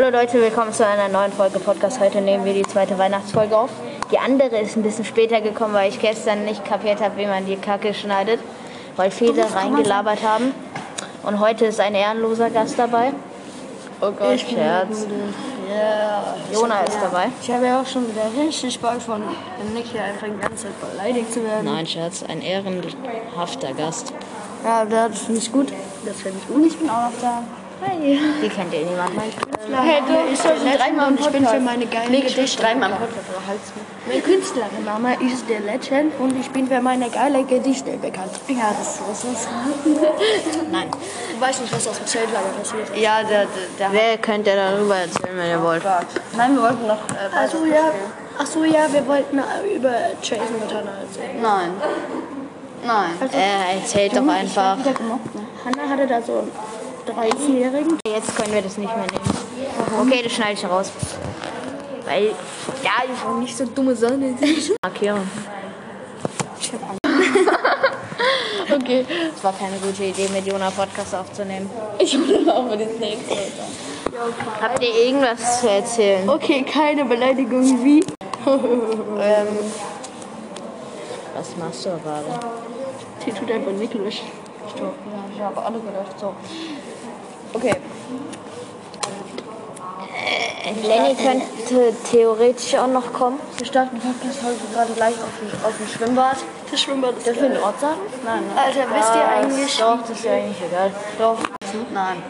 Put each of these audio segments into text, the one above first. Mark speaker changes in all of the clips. Speaker 1: Hallo Leute, willkommen zu einer neuen Folge Podcast. Heute nehmen wir die zweite Weihnachtsfolge auf. Die andere ist ein bisschen später gekommen, weil ich gestern nicht kapiert habe, wie man die Kacke schneidet, weil viele reingelabert haben. Und heute ist ein ehrenloser Gast dabei. Oh Gott, Scherz.
Speaker 2: Ja,
Speaker 1: Jona ist
Speaker 2: ja.
Speaker 1: dabei.
Speaker 2: Ich habe ja auch schon wieder richtig Bock von Nick hier einfach die ganze Zeit beleidigt zu werden.
Speaker 3: Nein, Scherz, ein ehrenhafter Gast.
Speaker 2: Ja, das finde ich gut. Das finde ich gut. Ich bin auch noch da.
Speaker 1: Die kennt ihr niemand.
Speaker 2: Hey, du, ich bin dreimal und ich bin für meine geilen Gedichte.
Speaker 3: dreimal
Speaker 2: Mein Künstlername ist der Legend und ich bin für meine geile Gedichte bekannt. Ja, das ist was.
Speaker 3: Nein.
Speaker 2: Ich weiß nicht, was aus dem Zelt leider passiert ist.
Speaker 3: Ja, der, der, der
Speaker 1: Wer könnt ihr darüber erzählen, wenn ihr wollt?
Speaker 3: Nein, wir wollten noch. Äh,
Speaker 2: Achso, ja. Achso, ja, wir wollten über Jason Montana erzählen.
Speaker 3: nein. Nein.
Speaker 1: Also,
Speaker 3: er erzählt doch einfach.
Speaker 2: Hm, Wieder gemobbt, ne? Hannah hatte da so einen 13-Jährigen.
Speaker 1: Jetzt können wir das nicht mehr nehmen. Okay, das schneide ich raus. Weil, ja, ich brauche nicht so dumme Sonne. Markierung.
Speaker 3: Okay.
Speaker 1: Es war keine gute Idee, mit Jona Podcast aufzunehmen.
Speaker 3: Ich will auch mit den Snakes.
Speaker 1: Habt ihr irgendwas zu erzählen?
Speaker 2: Okay, keine Beleidigung wie.
Speaker 3: Was machst du gerade?
Speaker 2: Die tut einfach nicht löschen.
Speaker 3: Ich habe alle gedacht, so. Okay.
Speaker 1: Lenny könnte theoretisch auch noch kommen.
Speaker 3: Wir starten Podcast heute gerade gleich auf dem, auf dem Schwimmbad.
Speaker 2: Das Schwimmbad ist
Speaker 3: Dürfen wir den Ort sagen? Nein. ne? Ah, nein.
Speaker 2: Alter, wisst ihr eigentlich-
Speaker 1: Doch, das ist ja eigentlich egal.
Speaker 3: Doch. Nein.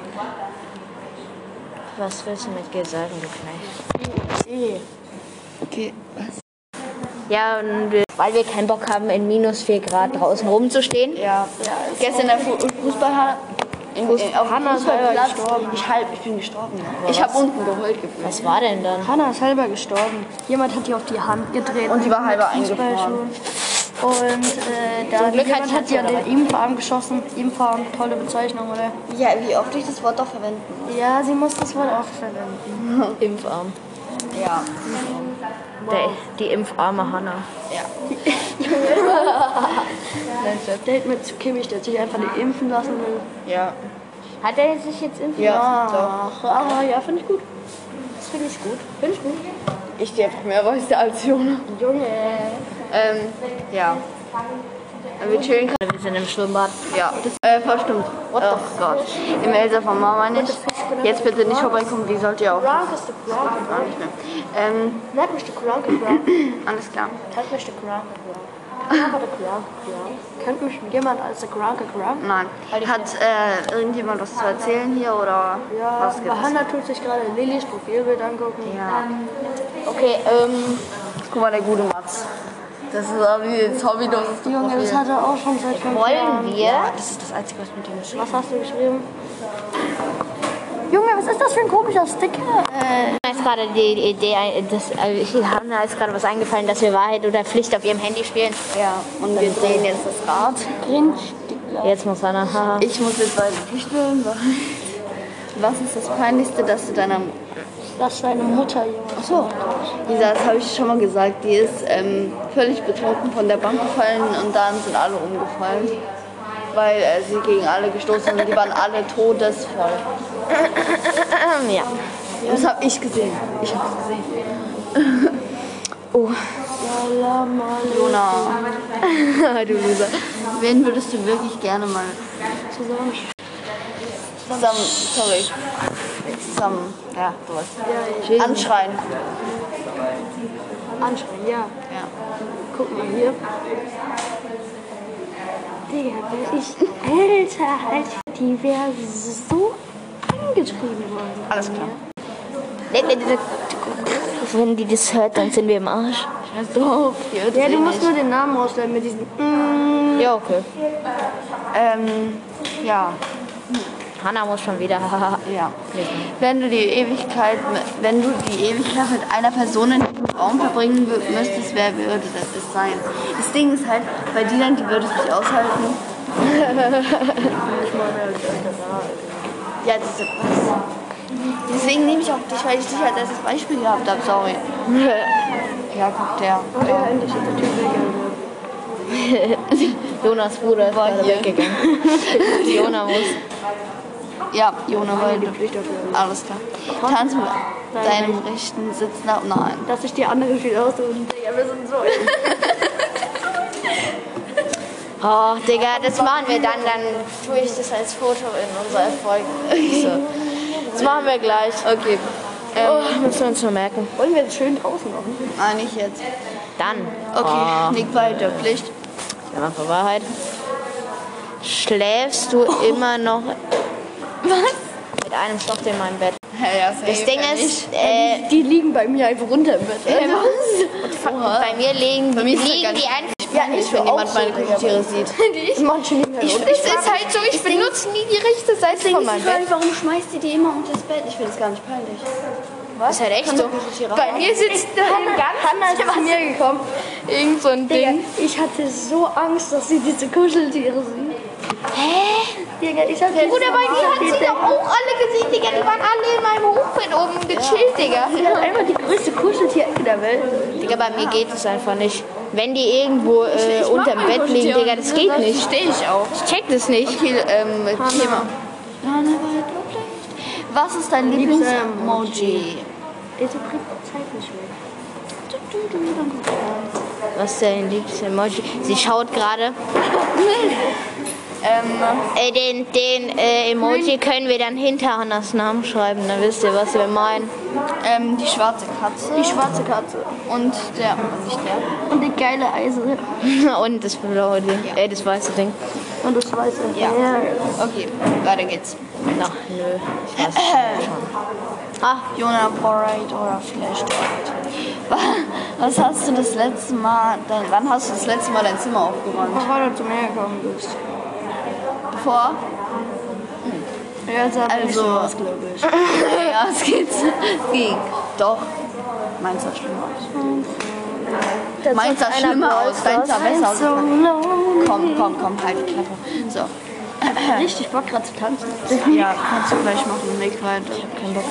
Speaker 1: Was willst du mit dir sagen, du Knecht?
Speaker 2: eh-
Speaker 3: Okay.
Speaker 1: Ja, und wir, weil wir keinen Bock haben, in minus 4 Grad draußen rumzustehen.
Speaker 3: Ja. Gestern der Fu Fußballhalle. In, in, auf dem
Speaker 2: Hannah ist halber
Speaker 3: Fußballplatz.
Speaker 2: gestorben.
Speaker 3: Ich halb, ich bin gestorben. ich habe unten geheult gefühlt.
Speaker 1: Was war denn dann?
Speaker 2: Hannah ist halber gestorben. Jemand hat ihr auf die Hand gedreht.
Speaker 3: Und die war halber
Speaker 2: Fußballschuhen. Und äh, da
Speaker 3: Glück hat
Speaker 2: jemand hat
Speaker 3: sie
Speaker 2: ihr
Speaker 3: oder
Speaker 2: den Imfarm geschossen. Imfarm, tolle Bezeichnung, oder?
Speaker 3: Ja, wie oft ich das Wort doch verwenden.
Speaker 2: Ja, sie muss das Wort auch verwenden.
Speaker 1: Impfarm.
Speaker 3: Ja.
Speaker 1: Der, die impfarme Hanna.
Speaker 2: Date mit Kimmich, der hat sich einfach nicht impfen lassen will.
Speaker 3: Ja.
Speaker 1: Hat er sich jetzt impfen?
Speaker 2: Ach, ah, ja, finde ich gut.
Speaker 1: Das finde ich gut.
Speaker 2: Finde ich gut.
Speaker 3: Ich gehe einfach mehr Reuse als Jona.
Speaker 2: Junge.
Speaker 3: Ähm, ja. Äh, Wir chillen gerade.
Speaker 1: Wir sind im Schwimmbad.
Speaker 3: Ja. Äh, verstimmt. What oh Gott. Im Elsa von Mama nicht. Jetzt bitte nicht vorbeikommen, die sollt ihr auch
Speaker 2: Gronk ist der Gronk.
Speaker 3: gar nicht mehr. Ähm,
Speaker 2: Nennt mich der Gronk, Gronk.
Speaker 3: alles klar.
Speaker 2: Kennt mich der Gronk, Gronk. Aber der Gronk, Gronk. Kennt mich jemand als der Gronk, Gronk?
Speaker 3: Nein. Hat äh, irgendjemand was zu erzälen hier oder
Speaker 2: Ja,
Speaker 3: was
Speaker 2: bei
Speaker 3: gibt's?
Speaker 2: Hannah tut sich gerade Lillys Profilbild angucken.
Speaker 3: Ja.
Speaker 1: Okay, ähm,
Speaker 3: Guck mal, der gute Mats. Das ist auch wie das Hobby, das ist
Speaker 2: Junge, das hat er auch schon seit fünf Jahren.
Speaker 1: wollen wir?
Speaker 3: Das ist das Einzige, was mit dem ist.
Speaker 2: Was hast du geschrieben? Junge, was ist das für ein komischer Sticker? Äh,
Speaker 1: Mir ist gerade die Idee, ein- das, äh, ich- Hanna ist gerade was eingefallen, dass wir Wahrheit oder Pflicht auf ihrem Handy spielen.
Speaker 3: Ja, und wir drehen jetzt das Rad.
Speaker 2: Grinch.
Speaker 1: Jetzt muss Hanna. haha.
Speaker 3: Ich muss jetzt weiter spielen. Was ist das Peinlichste, dass du deiner
Speaker 2: Das ist deine Mutter, Junge.
Speaker 3: So, Lisa, das habe ich schon mal gesagt. Die ist ähm, völlig betrunken von der Bank gefallen und dann sind alle umgefallen, weil äh, sie gegen alle gestoßen sind. Die waren alle todesvoll.
Speaker 1: Ähm, ja.
Speaker 3: Das habe ich gesehen. Ich habe es gesehen. Jona. du Loser. Wen würdest du wirklich gerne mal
Speaker 2: Zusammen.
Speaker 3: zusammen, sorry, zusammen, ja, sowas,
Speaker 2: Ja, ja.
Speaker 3: anschreien?
Speaker 2: Anschreien, ja.
Speaker 3: Ja.
Speaker 2: Guck mal hier. Digga, wer ich. Alter, Alter, die wäre so angetrieben worden.
Speaker 3: Alles klar.
Speaker 1: Wenn die das hört, dann sind wir im Arsch.
Speaker 3: Scheiß drauf.
Speaker 2: Ja, du musst nur den Namen ausstellen mit diesem. Mm.
Speaker 1: Ja, okay.
Speaker 3: Ähm, ja,
Speaker 1: Hanna muss schon wieder.
Speaker 3: ja. Wenn du die Ewigkeit, wenn du die Ewigkeit mit einer Person in diesem Raum verbringen wü- müsstest, wer würde das es sein? Das Ding ist halt, bei dir dann, die würde es nicht aushalten. ja, das ist Deswegen nehme ich auch dich, weil ich dich halt als das Beispiel gehabt habe, sorry. ja, guck der.
Speaker 2: Ja, endlich ist der Typ weggegangen.
Speaker 1: Jonas Bruder ist
Speaker 3: War
Speaker 1: gerade
Speaker 3: hier.
Speaker 1: weggegangen. Jona muss.
Speaker 3: Ja, Jona
Speaker 2: die
Speaker 3: Wölde.
Speaker 2: Pflicht dafür.
Speaker 3: Alles klar. Tanz mit deinem rechten Sitz nach. Nein.
Speaker 2: Dass sich die andere viel aussuchen. Ja, wir sind so.
Speaker 1: Oh, Digga, das machen wir dann. Dann tue ich das als Foto in unser Erfolg. So. Das machen wir gleich. Okay. Ähm, Müssen wir uns nur merken.
Speaker 2: Wollen wir es schön draußen machen?
Speaker 3: Nein, nicht jetzt.
Speaker 1: Dann.
Speaker 3: Okay, Nick weiter. Pflicht.
Speaker 1: Oh, ja, für Wahrheit. Schläfst du immer noch
Speaker 3: Was?
Speaker 1: mit einem Stoff in meinem Bett?
Speaker 3: Ja, ja, safe,
Speaker 1: Das Ding
Speaker 3: wenn
Speaker 1: ist,
Speaker 3: nicht.
Speaker 1: äh,
Speaker 2: Die liegen bei mir einfach runter im Bett.
Speaker 1: bei mir liegen,
Speaker 3: mir ist das
Speaker 1: liegen
Speaker 3: ganz-
Speaker 1: die einfach.
Speaker 3: Ja, ich wenn jemand meine Kuscheltiere sieht.
Speaker 2: Ich mach schon nicht mehr runter.
Speaker 3: Es ist halt so, ich benutze nie die rechte Seite von meinem Bett.
Speaker 4: Warum schmeißt ihr die immer unter das Bett? Ich finde es gar nicht peinlich.
Speaker 1: Das ist halt echt so.
Speaker 3: Bei mir sitzt da ein
Speaker 2: Hanna ist
Speaker 3: ganz
Speaker 2: zu mir gekommen.
Speaker 3: irgend so ein
Speaker 2: Digga,
Speaker 3: Ding.
Speaker 2: ich hatte so Angst, dass sie diese Kuscheltiere sehen. Hä? Digga, ich hatte
Speaker 3: Bruder, bei dir hat sie doch auch alle gesehen, Digga. Die waren alle in meinem Hochbett oben gechillt, Digga.
Speaker 2: Sie hat einfach die größte Kuscheltierecke der Welt.
Speaker 1: Digga, bei mir geht es einfach nicht. Wenn die irgendwo äh, unterm Bett liegen, Digga, das geht nicht.
Speaker 3: Stehe ich auch.
Speaker 1: Ich check das nicht.
Speaker 3: Okay, ähm, Thema. Was ist dein Lieblings-Emoji?
Speaker 2: Der so bringt auch Zeit nicht mehr.
Speaker 1: Was ist dein liebstes Emoji? Sie schaut gerade.
Speaker 3: Ähm,
Speaker 1: Äh, den den äh, Emoji können wir dann hinter Hannas Namen schreiben, dann wisst ihr, was wir meinen.
Speaker 3: Ähm, die schwarze Katze.
Speaker 2: Die schwarze Katze.
Speaker 3: Und der, nicht der.
Speaker 2: Und die geile Eise.
Speaker 1: Und das blaue Ding. Äh, das weiße Ding.
Speaker 2: Und das weiße.
Speaker 3: Ja.
Speaker 2: ja.
Speaker 3: Okay, weiter geht's.
Speaker 1: Ach, nö. Ich weiß
Speaker 3: Äh,
Speaker 1: schon. Ah,
Speaker 3: Jonah Borite oder vielleicht Borite. Was hast du das letzte Mal, dein, wann hast du das letzte Mal dein Zimmer aufgeräumt?
Speaker 2: Bevor du zu mir gekommen bist.
Speaker 3: Vor?
Speaker 2: Ja, das hat
Speaker 3: Also-
Speaker 2: also, was, glaube ich.
Speaker 3: ja, es geht. Es ging. Doch. Meins sah schlimmer aus. Meins sah schlimmer aus. Deins sah besser
Speaker 2: Also-
Speaker 3: aus. Komm, komm, komm, halt die Klappe. So.
Speaker 2: Richtig Bock gerade zu tanzen.
Speaker 3: Ja, kannst du gleich machen, Nick weiter. Ich hab keinen Bock.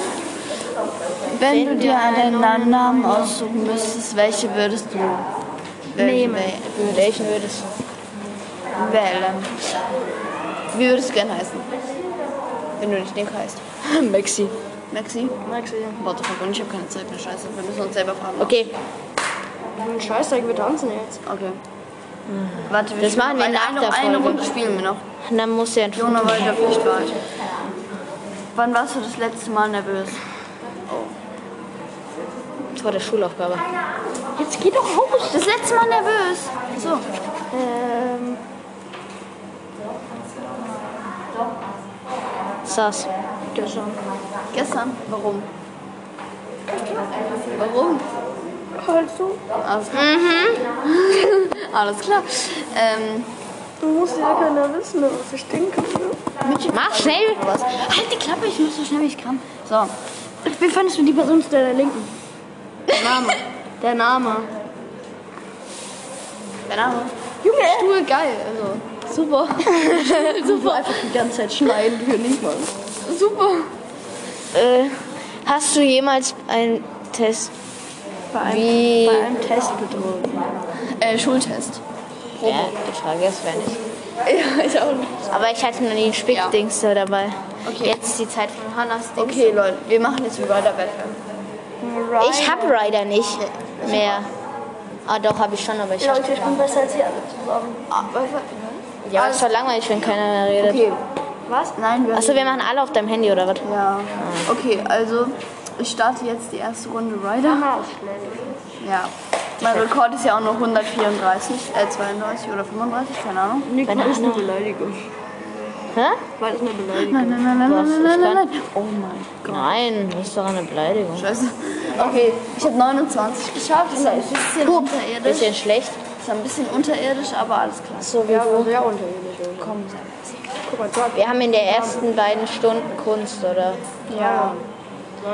Speaker 3: Wenn du dir einen Namen aussuchen müsstest, welche würdest du nehmen?
Speaker 1: welchen würdest
Speaker 3: Wählen. Wie würdest du gern heißen? Wenn du nicht Nick heißt.
Speaker 1: du? Maxi.
Speaker 3: Maxi?
Speaker 2: Maxi.
Speaker 3: What the fuck, und ich hab keine Zeit mehr, scheiße. Wir müssen uns selber fragen.
Speaker 1: Okay,
Speaker 2: Scheiße, wir tanzen jetzt.
Speaker 3: Okay. Warte, Mhm. wir
Speaker 1: Das machen
Speaker 3: spielen noch
Speaker 1: wir
Speaker 3: eine,
Speaker 1: nach
Speaker 3: eine,
Speaker 1: der
Speaker 3: eine
Speaker 1: Folge.
Speaker 3: Runde spielen wir noch.
Speaker 1: dann musst du ja
Speaker 3: Jonah war der Pflichtwald. Wann warst du das letzte Mal nervös?
Speaker 1: Das war der Schulaufgabe.
Speaker 2: Jetzt geht doch hoch.
Speaker 3: Das letzte Mal nervös. So.
Speaker 2: Ähm,
Speaker 1: Sass.
Speaker 2: gestern.
Speaker 3: Gestern. Warum? Warum?
Speaker 2: Halt so.
Speaker 3: Alles klar. Mhm. Alles klar. Ähm,
Speaker 2: Du musst ja keiner wissen, was ich denke.
Speaker 1: Mach schnell!
Speaker 3: was? Halt die Klappe, ich muss so schnell wie ich kann. So.
Speaker 2: Wie fandest du die Person zu deiner Linken? Der Name. Der Name.
Speaker 3: Dein Name?
Speaker 2: Junge!
Speaker 3: Stuhl geil. Also.
Speaker 2: Super. Super. Einfach die ganze Zeit schneiden für niemals.
Speaker 3: Super.
Speaker 1: Äh, hast du jemals einen Test?
Speaker 2: Bei einem,
Speaker 1: Wie?
Speaker 2: bei einem Test betrogen.
Speaker 3: Äh, Schultest.
Speaker 1: Ja, die Frage ist, wer nicht.
Speaker 3: Ja, ich auch nicht.
Speaker 1: Aber ich hatte noch nie einen Spickdings da dabei.
Speaker 3: Okay.
Speaker 1: Jetzt ist die Zeit von Hannas Dings.
Speaker 3: Okay, Leute, wir machen jetzt Rider Battle.
Speaker 1: Ich hab Ryder nicht mehr. Ah, doch, habe ich schon, aber ich hab.
Speaker 2: Leute, ich bin besser als ihr alle zusammen.
Speaker 3: Ah,
Speaker 1: Ja, es war langweilig, wenn keiner mehr redet.
Speaker 3: Okay. Was? Nein, wir
Speaker 1: Achso, wir machen alle auf deinem Handy oder was?
Speaker 3: Ja. Okay, also ich starte jetzt die erste Runde Rider. Ja. Mein Rekord ist ja auch noch 134, äh 32 oder 35, keine Ahnung.
Speaker 2: Nick, das ist eine Beleidigung.
Speaker 1: Hä?
Speaker 2: War das eine Beleidigung?
Speaker 3: Nein, nein, nein,
Speaker 1: Was?
Speaker 3: nein,
Speaker 1: Ich
Speaker 3: nein,
Speaker 1: kann-
Speaker 3: nein, nein. Oh mein
Speaker 1: Nein, das ist doch eine Beleidigung.
Speaker 3: Scheiße. Okay, ich habe 29 geschafft. Das war ein bisschen unterirdisch.
Speaker 1: Bisschen schlecht.
Speaker 3: Das war ein bisschen unterirdisch, aber alles klar.
Speaker 1: So wie
Speaker 2: aber sehr unterschiedlich.
Speaker 3: Komm,
Speaker 2: Guck mal, Gott.
Speaker 1: Wir haben in der ersten beiden Stunden Kunst, oder?
Speaker 3: Ja.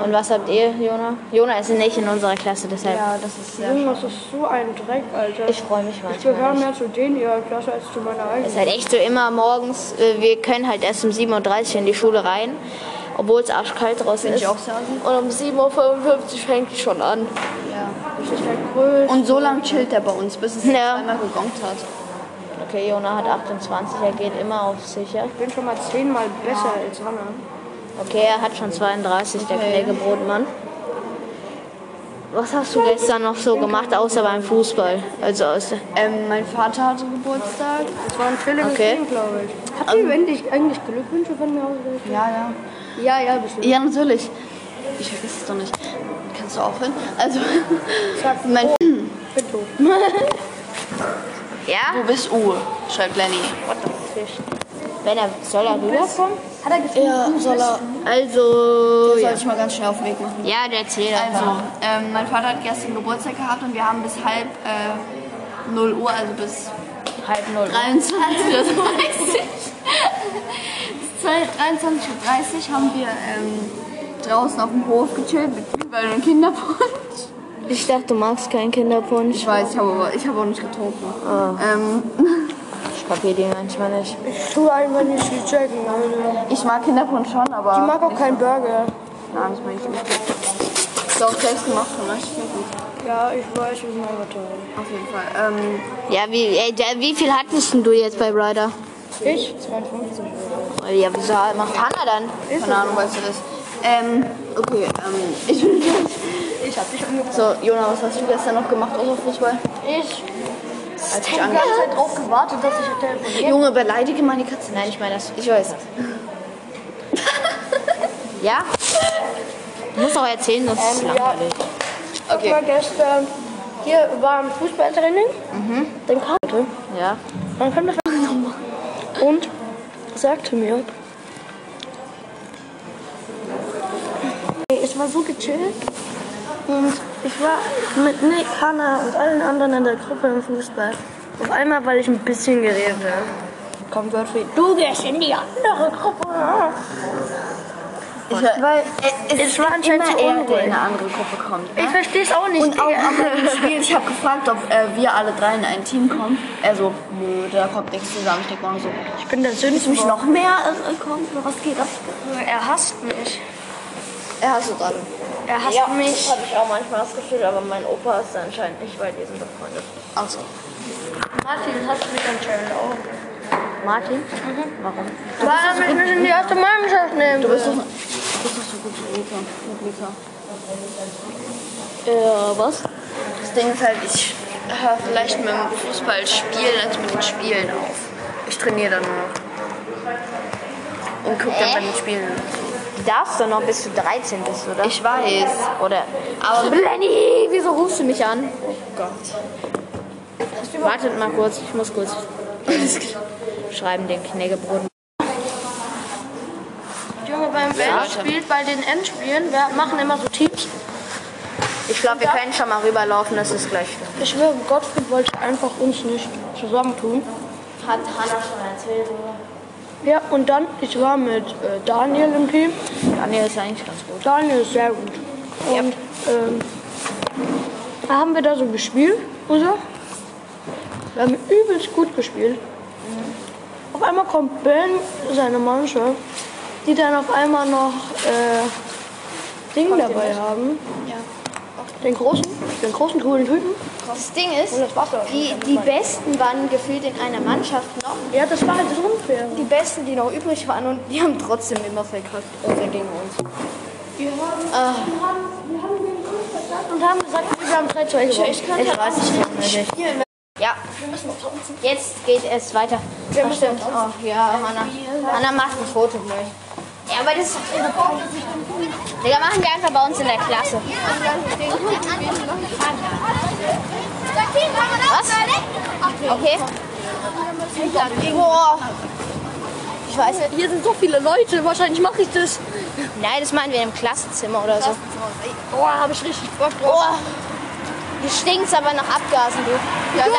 Speaker 1: Und was habt ihr, Jona? Jona ist nicht in unserer Klasse, deshalb.
Speaker 3: Ja, das ist sehr
Speaker 2: Junge, das ist so ein Dreck, Alter.
Speaker 1: Ich freue mich
Speaker 2: Ich gehöre
Speaker 1: manchmal. Nicht.
Speaker 2: mehr zu denen ihrer Klasse als zu meiner eigenen.
Speaker 1: Es ist halt echt so immer morgens, äh, wir können halt erst um 7.30 Uhr in die Schule rein, obwohl es arschkalt draußen ist.
Speaker 3: ich auch sagen.
Speaker 1: Und um 7.55 Uhr fängt es schon an.
Speaker 3: Ja.
Speaker 2: Das ist der größte.
Speaker 3: Und so lange chillt er bei uns, bis es
Speaker 1: Ja.
Speaker 3: einmal gegongt hat.
Speaker 1: Okay, Jona hat 28, er geht immer auf sicher.
Speaker 2: Ich bin schon mal zehnmal besser als Hanna.
Speaker 1: Okay, er hat schon 32, der Knäckebrotmann. Was hast du gestern noch so gemacht, außer beim Fußball? Also aus
Speaker 3: Ähm, mein Vater hatte Geburtstag.
Speaker 2: Das war ein chilliges
Speaker 1: Okay.
Speaker 2: Ding, glaube ich. Habt
Speaker 3: Ähm,
Speaker 2: ihr eigentlich, eigentlich Glückwünsche von mir ausgerichtet?
Speaker 3: Ja, ja.
Speaker 2: Ja, ja, bestimmt.
Speaker 3: Ja, natürlich. Ich vergesse es doch nicht. Kannst du aufhören? Also, mein.
Speaker 2: Ich bin tot.
Speaker 1: ja?
Speaker 3: Du bist U, schreibt Lenny.
Speaker 1: Wenn er soll er rüberkommen?
Speaker 2: Hat er getrunken?
Speaker 3: Ja, soll er.
Speaker 1: Also
Speaker 3: Soll
Speaker 1: ja.
Speaker 3: ich mal ganz schnell auf den Weg machen?
Speaker 1: ja, der zählt
Speaker 3: Also,
Speaker 1: einfach.
Speaker 3: ähm, mein Vater hat gestern Geburtstag gehabt und wir haben bis halb äh, 0 Uhr, also bis
Speaker 1: halb null.
Speaker 3: 23 oder so weiß ich. Bis 23.30 Uhr haben wir ähm, draußen auf dem Hof gechillt mit Glühwein und Kinderpunsch.
Speaker 1: Ich dachte, du magst keinen Kinderpunsch.
Speaker 3: Ich weiß, ich habe aber ich habe auch nicht getrunken. Ähm,
Speaker 1: Ich kapier die manchmal nicht.
Speaker 2: Ich tue einfach nicht viel checken, Leute.
Speaker 3: ich mag Kinderpunsch schon, aber.
Speaker 2: Ich mag auch keinen Burger.
Speaker 3: Nein, das mag ich nicht. Ist auch selbst gemacht ne? von euch.
Speaker 2: Ja, ich weiß, ich mag Burger.
Speaker 3: Auf jeden Fall. Ähm,
Speaker 1: Ja, wie, ey, der, wie viel hattest denn du jetzt bei Ryder?
Speaker 2: Ich? 52 Euro.
Speaker 1: Ja, wieso macht Hannah dann?
Speaker 3: keine Ahnung, weißt du das? Ähm, okay, ähm, ich bin
Speaker 2: Ich hab dich umgebracht.
Speaker 3: So, Jona, was hast du gestern noch gemacht außer Fußball?
Speaker 2: Ich
Speaker 3: Als ich
Speaker 2: hab die
Speaker 3: ange
Speaker 2: ganze Zeit drauf gewartet, dass ich telefoniere.
Speaker 3: Junge, beleidige meine Katze nicht.
Speaker 1: Nein, ich meine das.
Speaker 3: Ich weiß.
Speaker 1: Ja? Du musst auch erzählen, sonst ist es
Speaker 2: Ähm, ja.
Speaker 1: langweilig.
Speaker 2: Ich war gestern hier war ein Fußballtraining. Dann kam er.
Speaker 1: Ja.
Speaker 2: Dann kam das nochmal. Und sagte mir, ich war so gechillt und ich war mit Nick, Hannah und allen anderen in der Gruppe im Fußball. Auf einmal, weil ich ein bisschen geredet habe. Kommt Gottfried, du gehst in die andere Gruppe.
Speaker 3: Ich, hör-
Speaker 2: Weil
Speaker 3: es
Speaker 2: es war anscheinend
Speaker 3: immer
Speaker 2: zu
Speaker 3: er, der in
Speaker 2: unruhig.
Speaker 3: eine andere Gruppe kommt.
Speaker 2: ich
Speaker 3: Ne?
Speaker 2: verstehe es auch nicht.
Speaker 3: Und auch, auch bei dem Spiel, ich habe gefragt, ob äh, wir alle drei in ein Team kommen. Er so, nö, da kommt nichts zusammen. Ich denke mal so,
Speaker 2: ich bin der
Speaker 3: willst du mich
Speaker 2: Sündbock.
Speaker 3: noch mehr äh, kommen? Oder was geht ab?
Speaker 2: Er hasst mich.
Speaker 3: Er hasst uns alle.
Speaker 2: Er hasst mich.
Speaker 1: habe ich auch manchmal das Gefühl, aber mein Opa ist anscheinend nicht, weil die sind befreundet.
Speaker 3: Also,
Speaker 2: Martin hasst mich anscheinend auch.
Speaker 1: Martin? Warum?
Speaker 2: Warum ich mich in die erste Mannschaft nehmen
Speaker 3: du bist doch,
Speaker 2: will?
Speaker 3: du bist doch so gut mit Lika. Mit Lika.
Speaker 1: Äh, was?
Speaker 3: Das Ding ist halt, ich höre vielleicht mit dem Fußball spielen als mit den Spielen auf. Ich trainiere dann nur noch. Und gucke dann bei den Spielen.
Speaker 1: Du darfst doch noch bis du 13 bist, oder?
Speaker 3: Ich weiß.
Speaker 1: Oder?
Speaker 3: Aber-
Speaker 1: Lenny, wieso rufst du mich an?
Speaker 3: Oh Gott.
Speaker 1: Wartet mal kurz, ich muss kurz schreiben den Knäckebrot.
Speaker 2: Junge, beim Weltspiel, bei den Endspielen, wir machen immer so Teams.
Speaker 1: Ich glaube, wir können schon mal rüberlaufen, das ist gleich.
Speaker 2: Ich schwöre, Gottfried wollte einfach uns nicht zusammentun.
Speaker 1: Hat Hannah schon erzählt, oder?
Speaker 2: Ja, und dann, ich war mit äh, Daniel im Team.
Speaker 1: Daniel ist eigentlich ganz gut.
Speaker 2: Daniel ist sehr gut. Und ähm, da haben wir da so gespielt, oder? Wir haben übelst gut gespielt. Auf einmal kommt Ben, seine Mannschaft, die dann auf einmal noch äh, Ding dabei haben. Den großen, den großen coolen Typen.
Speaker 4: Das Ding ist,
Speaker 2: Und das Wasser.
Speaker 4: die, die Besten waren gefühlt in einer Mannschaft noch.
Speaker 2: Ja, das war halt das Unfaire.
Speaker 4: Die Besten, die noch übrig waren und die haben trotzdem immer verkackt. Ah. Also gegen uns.
Speaker 2: Und haben gesagt, wir haben 3 2 gewonnen.
Speaker 4: Ich kann halt auch nicht richtig spielen.
Speaker 1: ne? Ja,
Speaker 4: Wir müssen auf Top ziehen.
Speaker 1: jetzt geht es weiter.
Speaker 4: Wir müssen
Speaker 1: Stimmt. Oh, ja, Hannah. Hannah macht ein Foto gleich. Ja, aber das ist doch ihre Frau. Digga, machen wir einfach bei uns in der Klasse. Was? Okay. Boah. Ich weiß nicht.
Speaker 2: Hier sind so viele Leute, wahrscheinlich mache ich das.
Speaker 1: Nein, das meinen wir im Klassenzimmer oder so.
Speaker 2: Oh, habe ich richtig Bock drauf.
Speaker 1: Boah. Hier stinkt's aber nach Abgasen, du. Ja, da,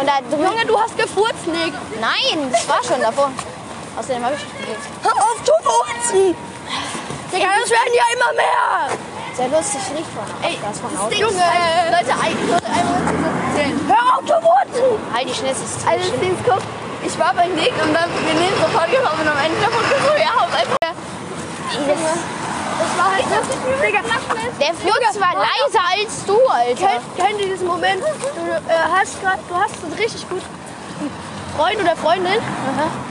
Speaker 1: und da drüben.
Speaker 2: Junge, du hast gefurzt, Nick.
Speaker 1: Nein, das war schon davor. Außerdem habe ich gekriegt.
Speaker 2: Hör auf zu furzen. Digga, es werden ja immer mehr.
Speaker 1: Sehr lustig, riecht von Ey, das von Haut.
Speaker 2: Junge.
Speaker 3: halt, Leute, ein- Leute, einmal ganz kurz erzählen.
Speaker 2: Hör auf zu furzen.
Speaker 1: Halt die Schnitzel. ist ziemlich
Speaker 3: Also,
Speaker 1: schlimm.
Speaker 3: Dings, guck, ich war bei Nick und dann, wir nehmen so Podcast auf und am Ende der Podcast so, ja, auf einfach.
Speaker 2: Das war halt so. Digga,
Speaker 1: Der Furz war leiser als du, Alter.
Speaker 2: kennt, kennt ihr diesen Moment? Du, äh, hast grad, du hast es richtig gut.
Speaker 4: Freund oder Freundin.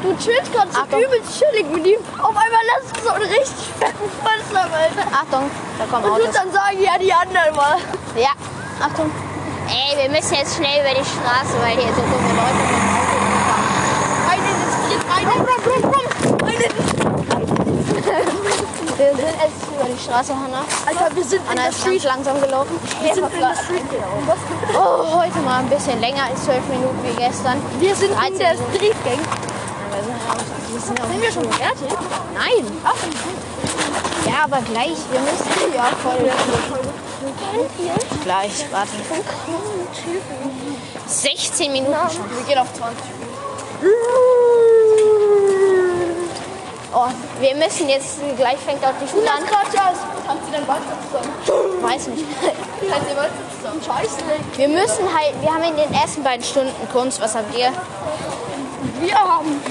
Speaker 4: Du chillst gerade so
Speaker 1: Achtung.
Speaker 4: übelst chillig mit ihm. Auf einmal lass du so einen richtig fetten Fenster, Alter.
Speaker 1: Achtung, da kommen
Speaker 4: Und du
Speaker 1: Autos.
Speaker 4: dann sagen, ja, die anderen mal.
Speaker 1: Ja, Achtung. Ey, wir müssen jetzt schnell über die Straße, weil hier so dumme Leute mit dem Auto rumfahren.
Speaker 4: Eine ist drin, eine ist drin, eine ist drin.
Speaker 1: Wir sind jetzt über die Straße, Hannah.
Speaker 4: Alter, wir sind in der
Speaker 1: Anna ist ganz
Speaker 4: Street.
Speaker 1: langsam gelaufen.
Speaker 4: Wir sind in der Street.
Speaker 1: Oh, heute mal ein bisschen länger als 12 Minuten wie gestern.
Speaker 4: Wir sind in
Speaker 1: 13
Speaker 4: der
Speaker 1: Minuten.
Speaker 4: Street Gang.
Speaker 1: Wir sind ja auch- wir sind ja auch-
Speaker 4: Sind wir schon fertig?
Speaker 1: Nein. Ja, aber gleich. Wir müssen ja voll. Gleich, warte. 16 Minuten schon.
Speaker 4: Wir gehen auf 20.
Speaker 1: Oh, wir müssen jetzt, gleich fängt auch die Schule an.
Speaker 4: Gerade ja, kannst du dein Ballsatz zusammen?
Speaker 1: Weiß nicht.
Speaker 4: Kannst du dein Ballsatz zusammen? Scheiße.
Speaker 1: Wir müssen halt, wir haben in den ersten beiden Stunden Kunst. Was habt ihr?
Speaker 4: Wir haben.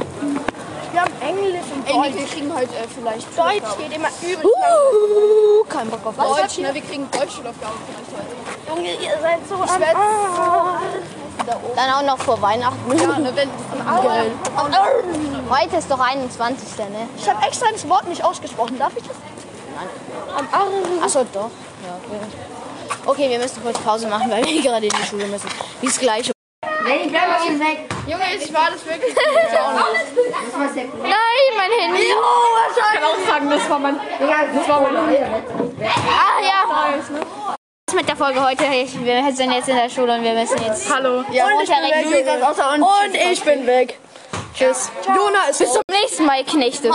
Speaker 4: Wir haben Englisch und Deutsch.
Speaker 2: wir kriegen heute äh, vielleicht
Speaker 4: Deutsch geht immer übel.
Speaker 1: Uh, kein Bock auf
Speaker 4: Was
Speaker 1: Deutsch.
Speaker 4: habt ihr?
Speaker 2: wir kriegen Deutschschulaufgaben vielleicht heute.
Speaker 4: Junge, ihr seid so ich
Speaker 1: Dann auch noch vor Weihnachten.
Speaker 2: Ja, ne, wenn,
Speaker 1: Geil. Heute ist doch 21. Ne?
Speaker 4: Ich habe extra das Wort nicht ausgesprochen. Darf ich das? Nein. Am Arm.
Speaker 1: Achso, doch. Ja, okay. okay, wir müssen kurz Pause machen, weil wir gerade in die Schule müssen. Bis gleich.
Speaker 2: Junge, ich war das wirklich.
Speaker 1: Nein, mein Handy. Oh, wahrscheinlich. Ich kann auch sagen, das war mein. Das war mein Ach ja. Was mit der Folge heute? Ich, wir sind jetzt in der Schule und wir müssen jetzt. Hallo. Ja, und ich bin weg.
Speaker 2: Und ich bin weg. Tschüss. Jona ist
Speaker 1: Bis zum nächsten Mal, Knechte.